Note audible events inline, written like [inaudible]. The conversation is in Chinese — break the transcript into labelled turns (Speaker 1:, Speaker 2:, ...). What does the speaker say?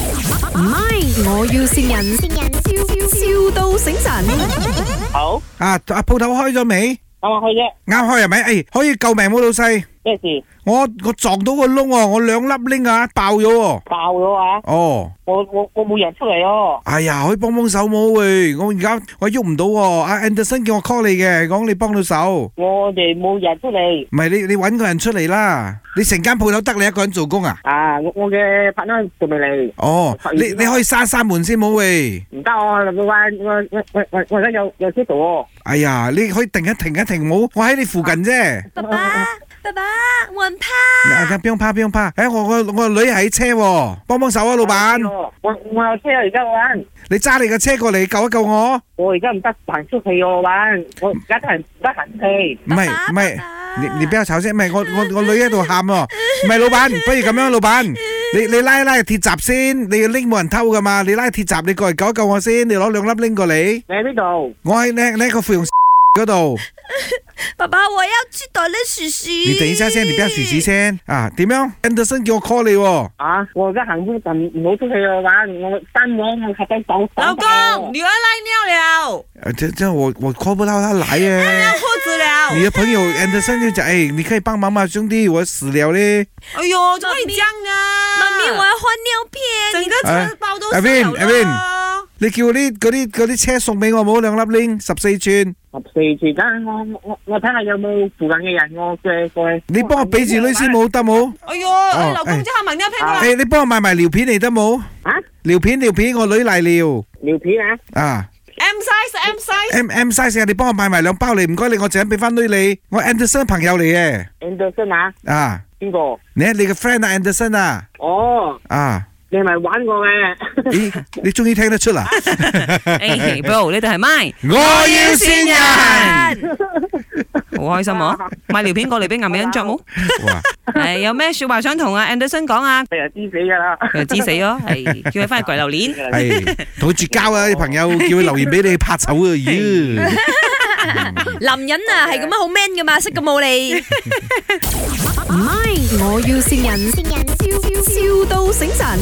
Speaker 1: 唔係，我要善人，笑笑到醒神。
Speaker 2: 好，
Speaker 3: 啊，啊铺头开咗未？
Speaker 2: 我去啫，
Speaker 3: 啱开系咪？诶、可以救命冇老细，
Speaker 2: 咩事
Speaker 3: 我我撞到个窿喎，我两粒拎啊，爆咗喎。
Speaker 2: 爆咗啊？
Speaker 3: 哦，
Speaker 2: 我我我冇人出嚟哦。
Speaker 3: 哎呀，可以帮帮手冇喂？我而家我喐唔到喎，阿 Anderson 叫我 call 你嘅，讲你帮到手。
Speaker 2: 我哋冇人出嚟
Speaker 3: 唔系你你搵个人出嚟啦，你成间铺头得你一个人做工啊？
Speaker 2: 啊！我我嘅 partner 仲未嚟，
Speaker 3: 哦，你你可以闩闩门先冇喂？
Speaker 2: 唔得我老闆我我我我我而家有有車度喎，
Speaker 3: 哎呀，你可以停一停一停冇？我喺你附近啫。
Speaker 4: 爸爸，爸爸，我很怕。
Speaker 3: 啊，不用怕不用怕，诶、我我我個女喺車喎，幫幫手啊，老闆，
Speaker 2: 我我有車啊！而家我玩，
Speaker 3: 你揸你嘅車過嚟救一救我，
Speaker 2: 我而家唔得閒出去我玩，我而家都係唔得閒出去。
Speaker 3: 唔係
Speaker 4: 爸爸
Speaker 3: 唔係，
Speaker 4: 爸爸
Speaker 3: 你你比較吵聲，唔係我我我女喺度喊喎，唔係老闆，不如咁樣，老闆，你你拉一拉鐵閘先，你要拎冇人偷噶嘛，你拉鐵閘你過嚟救一救我先，你攞兩粒拎過嚟，
Speaker 2: 你喺邊度？
Speaker 3: 我喺呢呢個芙蓉嗰度，
Speaker 4: 爸爸，我要去躲了叔叔。
Speaker 3: 你等一下先，你不要薯屎聲啊，點樣？Anderson 叫我 call 你喎，
Speaker 2: 啊！我而家行烏近，唔好出去我玩，我單我我拍緊手。
Speaker 5: 老公，女儿赖尿了，
Speaker 3: 呃这这我我 call 不到他来耶。
Speaker 5: 尿裤子
Speaker 4: 哦
Speaker 5: 了。
Speaker 3: 你的朋友 Anderson 就讲，哎，你可以帮忙吗，兄弟？我死了嘞！
Speaker 5: 哎呦，怎么会这样啊？
Speaker 4: 妈咪，我要换尿片。
Speaker 5: 整个
Speaker 3: 哎
Speaker 5: 车包都
Speaker 3: 阿
Speaker 5: 湿
Speaker 3: Vin，阿 Vin
Speaker 5: 了咯。
Speaker 3: 你叫啲嗰啲嗰啲车送俾我冇兩粒拎，十四寸，
Speaker 2: 十四時間，我我我睇下有冇附近嘅人，我嘅嘅。
Speaker 3: 你幫我俾住女先冇得冇？
Speaker 5: 哎呦，哎老公
Speaker 3: 哎
Speaker 5: 叫他买尿片过来。
Speaker 3: 诶、你幫我買埋尿片嚟得冇？
Speaker 2: 啊？
Speaker 3: 尿片尿片，我女嚟尿
Speaker 2: 尿片啊？
Speaker 3: 啊
Speaker 5: M size，M size。
Speaker 3: ！M M size 啊你幫我買埋兩包嚟，唔該你，我陣間俾翻女你。我 Anderson 朋友嚟嘅
Speaker 2: 印度新啊？
Speaker 3: 啊，
Speaker 2: 邊個？
Speaker 3: 你你嘅 friend 啊 Anderson 啊
Speaker 2: 哦，
Speaker 3: 啊，
Speaker 2: 你係咪玩過嘅？ [laughs]
Speaker 3: [laughs] 咦，你終於聽得出 [laughs] 啦？
Speaker 5: 哎，bro，呢度系咪？
Speaker 3: 我要先人，
Speaker 5: 好开心啊！买尿片过嚟俾岩美欣着冇？
Speaker 3: 哇，
Speaker 5: 诶，有咩说話想同阿 à, Anderson 講啊？
Speaker 2: 俾人知哎死㗎啦！
Speaker 5: 佢就知死咯，係叫佢翻去跪榴莲。
Speaker 3: 係同佢絕交啊！啲朋友叫佢留言俾你拍手啊！咦。
Speaker 4: 男人啊，係咁樣好 man 噶嘛，識咁冇你。
Speaker 1: 唔係，我要善人，笑笑到醒神。